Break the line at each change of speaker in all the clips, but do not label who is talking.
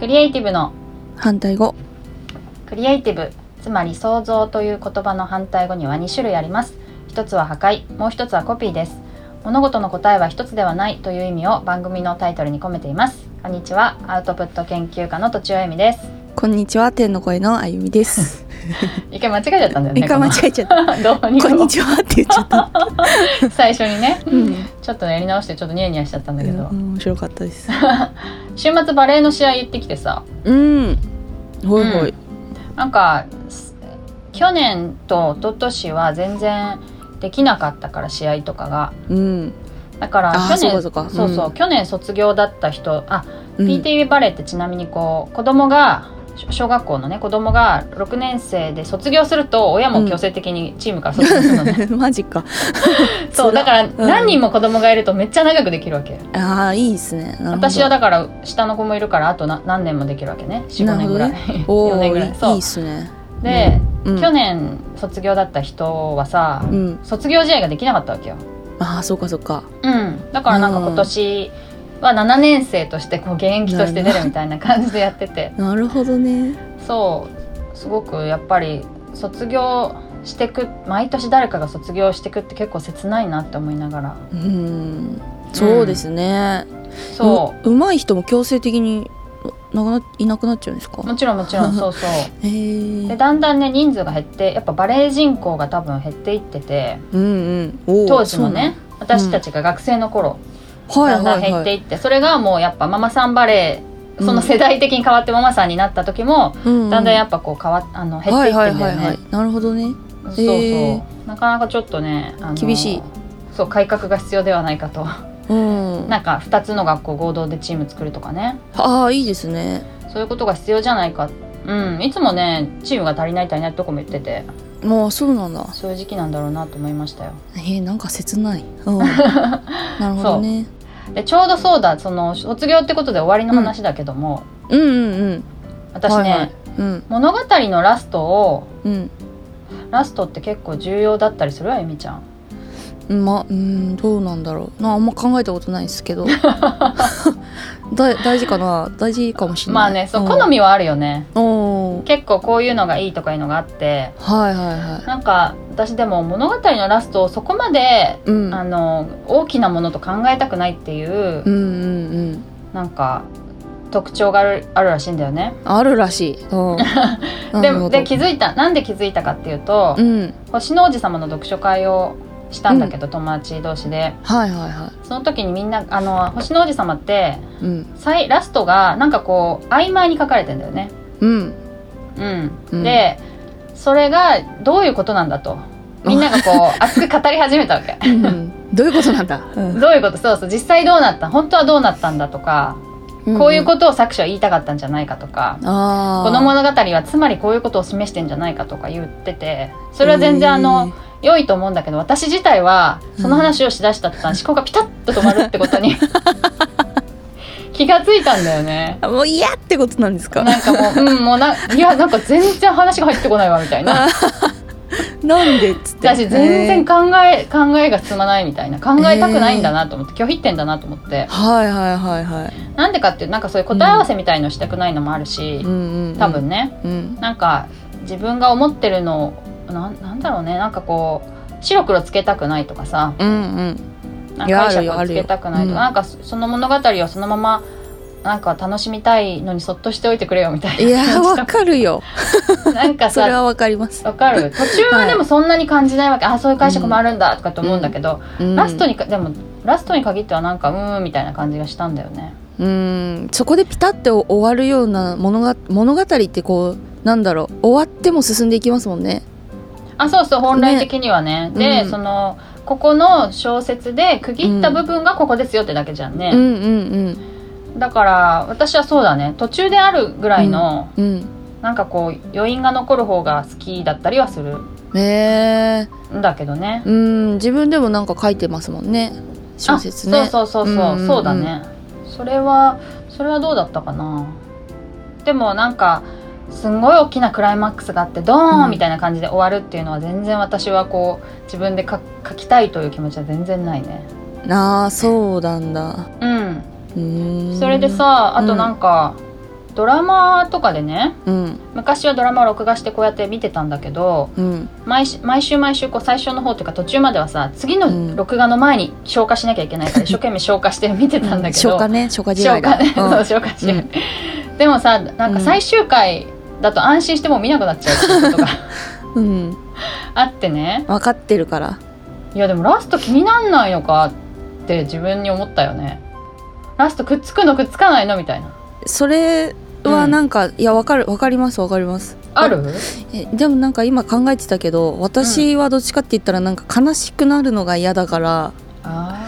イティブの
反対語
クリエイティブつまり創造という言葉の反対語には2種類あります一つは破壊もう一つはコピーです物事の答えは一つではないという意味を番組のタイトルに込めていますこんにちはアウトプット研究家のとちおえみです
こんにちは天の声のあゆみです
一回間違えちゃったんだよね
一回間違えちゃった
この どうに
こ
か
んにちはって言っちゃった、
最初にね
うん、
ちょっとやり直してちょっとニヤニヤしちゃったんだけど、
面白かったです
週末バレーの試合行ってきてさ
うんほいほい、
なんかす去年と一昨年は全然できなかったから試合とかが
うん
だから
あー
去年
そうかそうか
そうそう
うん
去年卒業だった人あ、
うん
PTV バレーってちなみにこう子供が小小学校のね子供が6年生で卒業すると親も強制的にチームから卒業するのね、
マジか
そうだから
ん
何人も子供がいるとめっちゃ長くできるわけ、
ああいいですねなるほど
私はだから下の子もいるからあとな何年もできるわけね45年ぐらい、
なお
4
おい
年ぐらいそ
いうっすね
で、
うん
去年卒業だった人はさ、
うん
卒業試合ができなかったわけよ、
ああそうかそうか
うん、だからなんか今年は7年生としてこう現役として出るみたいな感じでやってて
なるほどね
そうすごくやっぱり卒業してく毎年誰かが卒業してくって結構切ないなって思いながら
うんそうですね、
そう
まい人も強制的になくないなくなっちゃうんですか
うもちろんもちろ んそうそう
へえ
でだんだんね人数が減ってやっぱバレエ人口が多分減っていってて
うんうんおー
当時もね
なん
私たちが学生の頃、
そうな
だ
ん
んだ
だは
ん
いはい
減
は
ってい
い
って、それがもうやっぱママさんバレーその世代的に変わってママさんになった時も、だんだんや
っ
っぱこう変わっあの減っていってんだよね、
なるほどね
そうそう、
へ
なかなかちょっとねあの
厳しい
そう改革が必要ではないかと
うん
なんか2つの学校合同でチーム作るとかね
ああいいですね
そういうことが必要じゃないかうんいつもねチームが足りない足りないってとこも言ってて
もうそうなんだ
そういう時期なんだろうなと思いましたよ
えー、なんか切ない、うんなるほどね
でちょうどそうだその卒業ってことで終わりの話だけども、
うんうんうん
私ね、
はいはいうん
物語のラストを
うん
ラストって結構重要だったりするわゆみちゃん
まうんどうなんだろうなあんま考えたことないですけどだ大事かな大事かもしれない
まあねそう、
ん
好みはあるよね
おー
結構こういうのがいいとかいうのがあって
はいはいは
なんか私でも物語のラストをそこまで、
いうん
あの大きなものと考えたくないっていう、
うんうんうん
なんか特徴があるあるらしいんだよね
あるらしい、うんな
で
るほど
で気づいたなんで気づいたかっていうと、
うん
星の王子様の読書会をしたんだけど、友達同士で
はいはいは
その時にみんなあの星の王子様って
いうん
最ラストがなんかこう曖昧に書かれてんだよね
うん
うん、
うん
でそれがどういうことなんだとみんなが こう熱く語り始めたわけ
うんどういうことなんだ、
どういうことそうそう実際どうなった本当はどうなったんだとか、こういうことを作者は言いたかったんじゃないかとか
とああ
この物語はつまりこういうことを示してんじゃないかとか言っててそれは全然あの、良いと思うんだけど私自体はその話をしだした途 端思考がピタッと止まるってことに 気がついたんだよね。
えーもう嫌ってことなんですか
なんかもう、うん、もうな、いや、なんか全然話が入ってこないわみたいな。
なんでっつって
私全然考え、考えが進まないみたいな考えたくないんだなと思って、拒否点だなと思って
えーはいはいはいはい
なんでかっていうなんかそういう答え合わせみたいのしたくないのもあるし
う、んうん
多分ね
うん
なんか自分が思ってるのをなんなんだろうねなんかこう白黒つけたくないとかさ
うんうん
なん
いや
か解
ある
釈
よ
をつけたくないとか、
あるようん
なんかその物語をそのままなんか楽しみたいのにそっとしておいてくれよみたい
い
な
やー
感じ
わかるよ
とかなんか
それ
さ
はわかります、
わかる途中はでもそんなに感じないわけ、あそういう解釈もあるんだとかと思うんだけど、
うん、
ラストにかでもラストに限ってはなんかうーんみたいな感じがしたんだよね。
うんそこでピタッて終わるような物が物語ってこうなんだろう終わっても進んでいきますもんね
あそうそう本来的にはね
ね
で、
うん
そのここの小説で区切った部分がここですよってだけじゃん
う
ね、
んうん
だから私はそうだね途中であるぐらいの、
うんうん
なんかこう余韻が残る方が好きだったりはする
えー、
んだけどね。
うん自分でもなんか書いてますもんね小説ね
あそうそうそう
うん
そう、
うんうん
そうだねそれはそれはどうだったかなでもなんかすんごい大きなクライマックスがあってドー
うん
ンみたいな感じで終わるっていうのは全然私はこう自分で書書きたいという気持ちは全然ないね
ああそうなんだ
うん
うーん
それでさあとなんか、ドラマとかでね
うん
昔はドラマを録画してこうやって見てたんだけど
うん
毎週毎週毎週こう最初の方というか途中まではさ次
うん
の録画の前に消化しなきゃいけ ないから一生懸命消化して見てたんだけど、
消化ね消化試合
消化
が
ね、そう消化し
う
て、
ん
でもさなんか最終回だと安心してもう見なくなっちゃうっていうことが
うん、うん、
あってね
分かってるから
いやでもラスト気になんないのかって自分に思ったよねラストくっつくのくっつかないのみたいな
それはなんか、いや分かる分かります分かります
ある
えでもなんか今考えてたけど私はどっちかって言ったらなんか悲しくなるのが嫌だから、
あ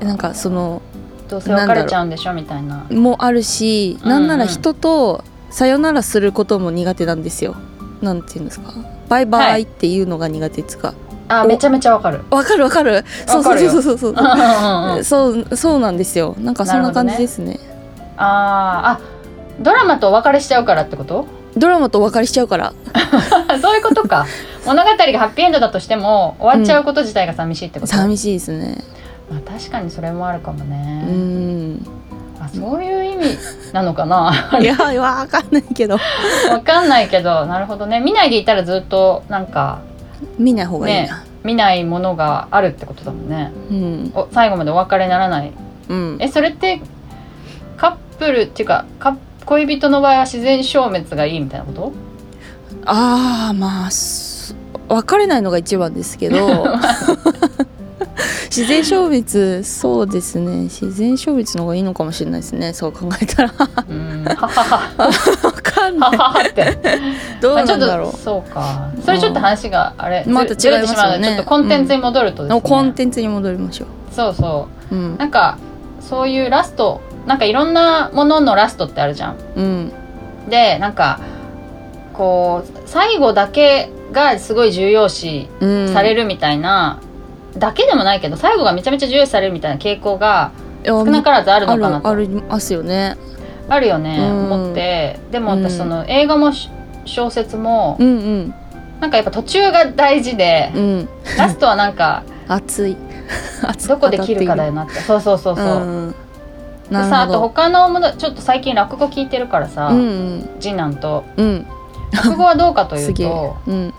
ー
なんかその
どうせ別れちゃうんでしょみたいな
もあるし
うんうん
なんなら人とさよならすることも苦手なんですよなんて言うんですかバイバ
は
イ
い
っていうのが苦手っつうか
あ
お
めちゃめちゃわかる
わかるわかるそうそうそうそうそう
うんうんうんあー
そうそうなんですよなんかそんな感じですね
あドラマとお別れしちゃうからってこと
ドラマとお別れしちゃうから
そういうこと か物語がハッピーエンドだとしても終わっちゃうこと自体が寂しいってこと、
寂しいですね
まあ、確かにそれもあるかも
う
ね、
ん
あそういう意味なのかな
いやわかんないけど
わかんないけどなるほどね見ないでいたらずっとなんか
見ない方がいいな、
見ないものがあるってことだもんね
うん
お最後までお別れにならない
うん
えそれってカップルっていうかカッ恋人の場合は自然消滅がいいみたいなこと
ああまあす別れないのが一番ですけ ど自然消滅そうですね自然消滅の方がいいのかもしれないですねそう考えたら わ
うーんははは
かん
は
ない
ははって
どう
まあち
な
ょ
ん
っ
だろ
とそうかそれちょっと話があれ、ず
また違います
ずれてしまうので
よね
ちょっとコンテンツに戻ると
う、
ですね、
コンテンツに戻りましょ
そうそう
ううん
なんかそういうラストなんかいろんなもののラストってあるじゃん。
うん
でなんかこう最後だけがすごい重要視
うん
されるみたいな、だけでもないけど最後がめちゃめちゃ重要視されるみたいな傾向が
少
少なからずあるのかなとあ
あ
る
るありますよね
よね、
うん
思ってでも
う
私
ん
その映画もし小説も
うんうん
なんかやっぱ途中が大事で
うん
ラストはなん か
熱い熱く
どこで切るかだよなってそうそうそうそう。
うんうん
で
なるほど
さあと他のものちょっと最近落語聞いてるからさ、
うんうん
次男と
うん
落語はどうかとい
す
う
げえ
と
うん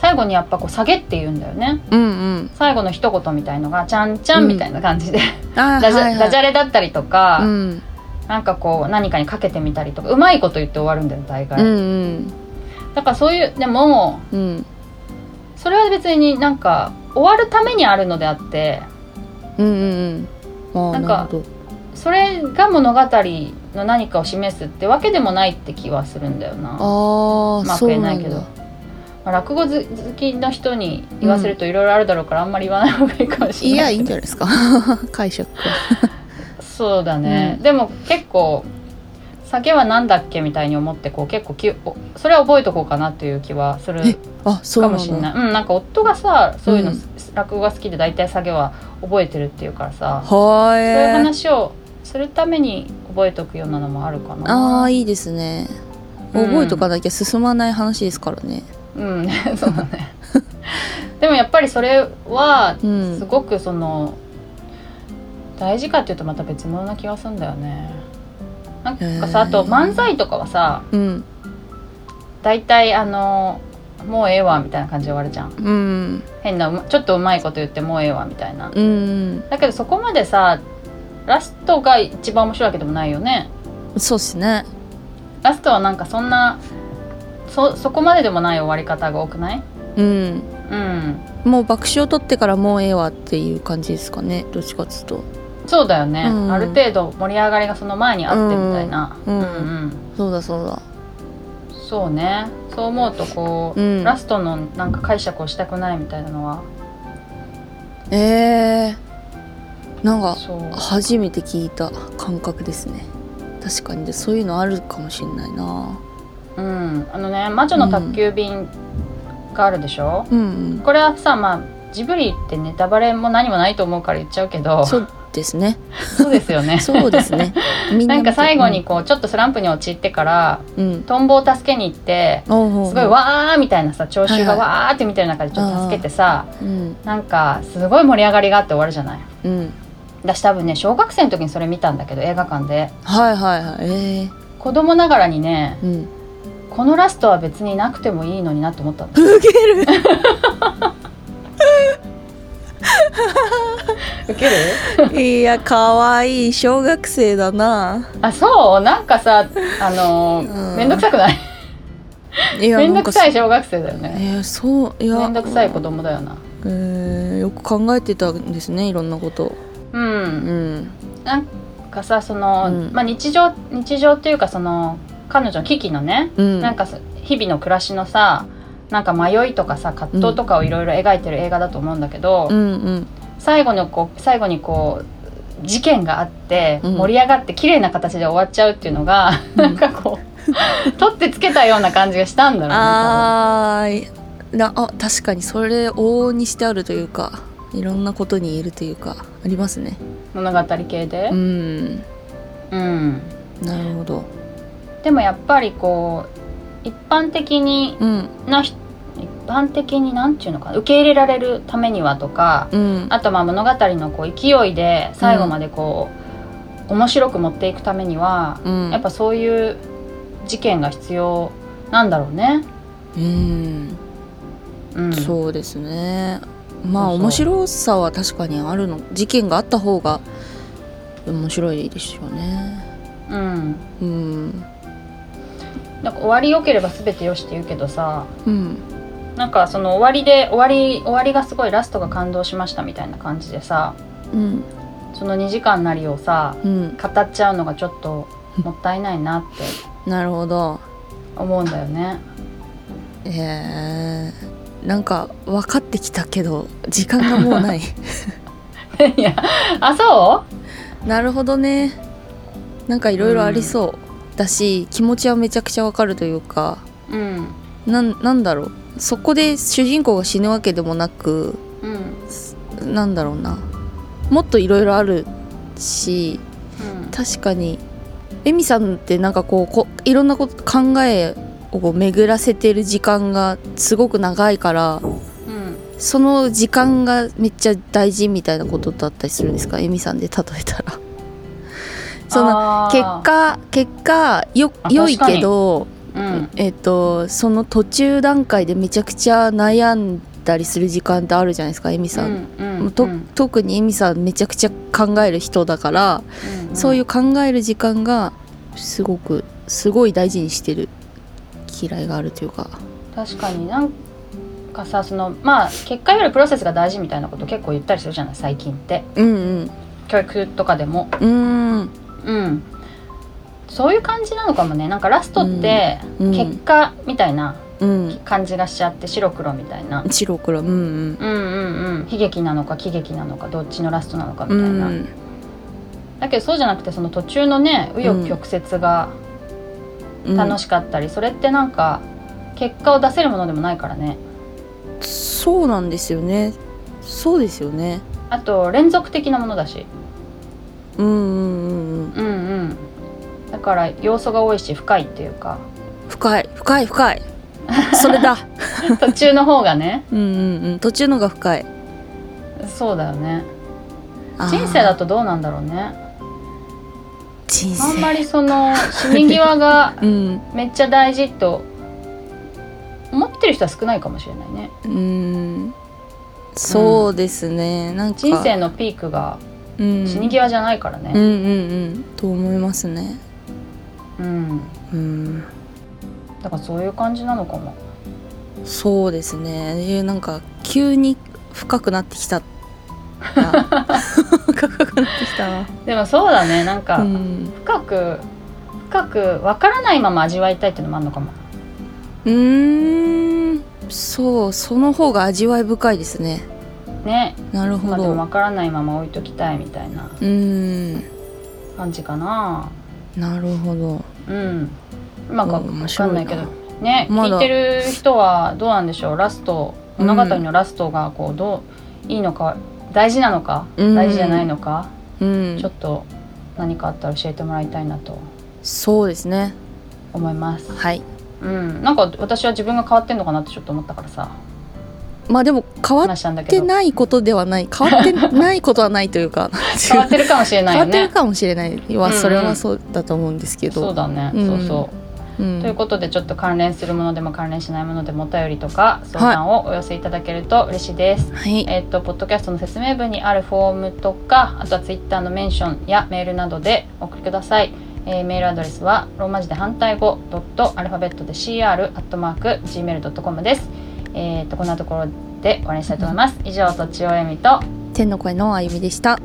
最後にやっぱこう下げって言うんだよね
うんうん
最後の一言みたいの が「ちゃんちゃ
うん
ん」みたいな感じで、
あー
ダジャ
はいはい
ダジャレだったりとか、
うん
なんかこう何かにかけてみたりとかうまいこと言って終わるんだよ大
う
概、
ん
だからそういうでも
うんうん
それは別になんか終わるためにあるのであって
うんうんうんあ
な
あ
んか
なるほど
それが物語の何かを示すってわけでもないって気はするんだよな
あ
う
あ
ま
そ
く
う
言え
な
ない
ん
け
だ
どまあ落語ず好きの人に言わせるといろいろあるだろうからあんまり言わない方がいいかもしれないけ
いやい
ど
いんじゃないですか 解釈は
そうだね、
うん
でも結構酒はなんだっけみたいに思ってこう結構きおそれは覚えとこうかなという気はする
えあそう
か
な
も
んだ
しれないうんなんか夫がさそういうの、
うん
落語が好きで大体酒は覚えてるっていうからさ、
はー
そういう
い
話をするために覚えとくようなのもあるかな
ああいいですね
うん
覚えとかなきゃ進まない話ですからね
うん そうだねでもやっぱりそれは
う
す
ん
ごくその大事かっていうとまた別物な気がするんだよねなんかさ
へー
あと漫才とかはさ
うん
大体あのもうええわみたいな感じで終わるじゃん
うん
変なうまちょっとうまいこと言ってもうええわみたいな
うん
だけどそこまでさラストが一番面白いわけでもないよね
そうっすね
ラストはなんかそんなそそこまででもない終わり方が多くない
うん
うん
もう爆笑取ってからもうええわっていう感じですかねどっちかっつうと
そうだよね、
うん
ある程度盛り上がりがその前にあってみたいな、
うんうん
うん
そうだそうだ
うんそうねそう思うとこう、
うん
ラストのなんか解釈をしたくないみたいなのは
えー、なんか
そう
初めて聞いた感覚ですね確かにでそういうのあるかもしんないな
うんあのね「魔女の宅急便」があるでしょ、
うん
これはさまあジブリってネタバレも何もないと思うから言っちゃうけ
うん
ど
そうですね
そうですよね
そうです ねみんな
なん
見
か
て
最後にこうちょっとスランプに陥ってから
うん
トンボを助けに行って
おうおうおう
すごいわーみたいなさ聴衆が
はいは
わーって見てる中でちょっと助けてさ
うん
なんかすごい盛り上がりがあって終わるじゃない
うん
私多分ね小学生の時にそれ見たんだけど映画館で
はいはいはいえー
子供ながらにね
うん
このラストは別になくてもいいのになと思ったの
受ける
ウケる
いや可愛い小学生だな
あそうなんかさあの
うん
面倒くさくない
いや
面
なん
倒く
か
さい小学生だよね
えー、そういや
面倒くさい子供だよな
えーよく考えてたんですねいろんなこと
う
うんん
なんかさその、
うん
まあ、日常日常っていうかその彼女の危機のね、
うん
なんかそ日々の暮らしのさなんか迷いとかさ葛藤とかをいろいろ描いてる映画だと思うんだけど、
うんうん
最後のこう最後にこう事件があって
うん
盛り上がって綺麗な形で終わっちゃうっていうのが、
うん
なんかこう取ってつけたような感じがしたんだろうね
あーいなあ確かにそれ往々にしてあるというかいろんなことに言えるというかありますね
多分物語系で
う、ん
うん、
なるほど
でもやっぱりこう一般的に
うん
なひ一般的になんていうのかな受け入れられるためにはとか
うん
あとまあ物語のこう勢いで最後までこう、面白く持っていくためには、
うん
やっぱそういう事件が必要なんだろうね。
うん
うん、
そうですねまあ
そうそう
面白さは確かにあるの事件があった方が面白いでしょうね
うん
うん
なんか終わり良ければ全てよしって言うけどさ
うん
なんかその終わりで終わり終わりがすごいラストが感動しましたみたいな感じでさ
うん
その2時間なりをさ
うん
語っちゃうのがちょっともったいないなって
なるほど
思うんだよね。
えー、なんか分かってきたけど時間がもうない
いやあそ
なるほどねなんかいろいろありそう、だし気持ちはめちゃくちゃわかるというか
ううん
なんなんだろうそこで主人公が死ぬわけでもなく
うんうん
なんだろうなもっといろいろあるし確かにエミさんってなんかこうこいろんなこと考えをこう巡らせてる時間がすごく長いから
うん
その時間がめっちゃ大事みたいなことだったりするんですかエミさんで例えたらその
あ
結
ー
果結果よ
あ
良い
確かに
けど、
うん
えっとその途中段階でめちゃくちゃ悩んだりする時間ってあるじゃないですかエミさん、
うん
もうと特にエミさんめちゃくちゃ考える人だから、そういうう考える時間がすごくすごい大事にしてる嫌いがあるというか
ん確かになんかさそのまあ結果よりプロセスが大事みたいなこと結構言ったりするじゃない最近って
うん
教育とかでも
うんうん
うんそういう感じなのかもねなんかラストって
うん
結果みたいな
うん
感じがしちゃって白黒みたいな
白黒うんうん
うんうんうん悲劇なのか喜劇なのかどっちのラストなのかみ
う
たいな、
ん
だけどそうじゃなくてその途中のね紆余曲折が
うん
楽しかったり、それってなんか結果を出せるものでもないからね
そうなんですよねそうですよね
あと連続的なものだし
うんうんうんうん
うんうんだから要素が多いし深いっていうか
深い深い深いそれだ
途中の方がね
うんうんうん途中のが深い
そうだよね
あー
人生だとどうなんだろうね
人生
あんまりその死に際が
うん
めっちゃ大事と思ってる人は少ないかもしれないね
うんそうですね、なんか
人生のピークが
うん
死に際じゃないから
うん
ね
うんうんと思いますね
うん
うん
だからそういう感じなのかも
そうですねえーなんか急に深くなっ てきたな深くなってきたわ
でもそうだねなんか、
うん
深く深く分からないまま味わいたいっていうのもあるのかも
うーんそうその方が味わい深いですね
ね
なる
ま
ほ
あでも
ど
分からないまま置いときたいみたいな
うーん
感じかな
なるほど
うんうまく
うん面
分か
白い
ん
な
ないけどね、
ま
聞
だ
いてる人はどうなんでしょうラスト物語のラストがこうどういいのか大事なのか、
うん
大事じゃないのか、
うん
ちょっと何かあったら教えてもらいたいなと
そうですね
思います
はい
うんなんか私は自分が変わってんのかなってちょっと思ったからさ
まあでも変わっ
話したんだけ
て
ど
ないことではない変わってないことはないとい うか
変わってるかもしれない
変わ
よ
ってる
ね。
かもしれない
う
は
んうん
それはそうだと思うんですけど、
そうだね、
うん
そうそう。
うん
ということでちょっと関連するものでも関連しないものでもお便りとか相談をお寄せいただけると嬉しいです。
はい、
えっとポッドキャストの説明文にあるフォームとかあとはツイッターのメンションやメールなどでお送りください、えーメールアドレスはローマ字で反対語ドットアルファベットで CR アットマーク Gmail.com ですえっとこんなところで終わりにしたいと思います、以上とちおえみと
天の声のあゆみでした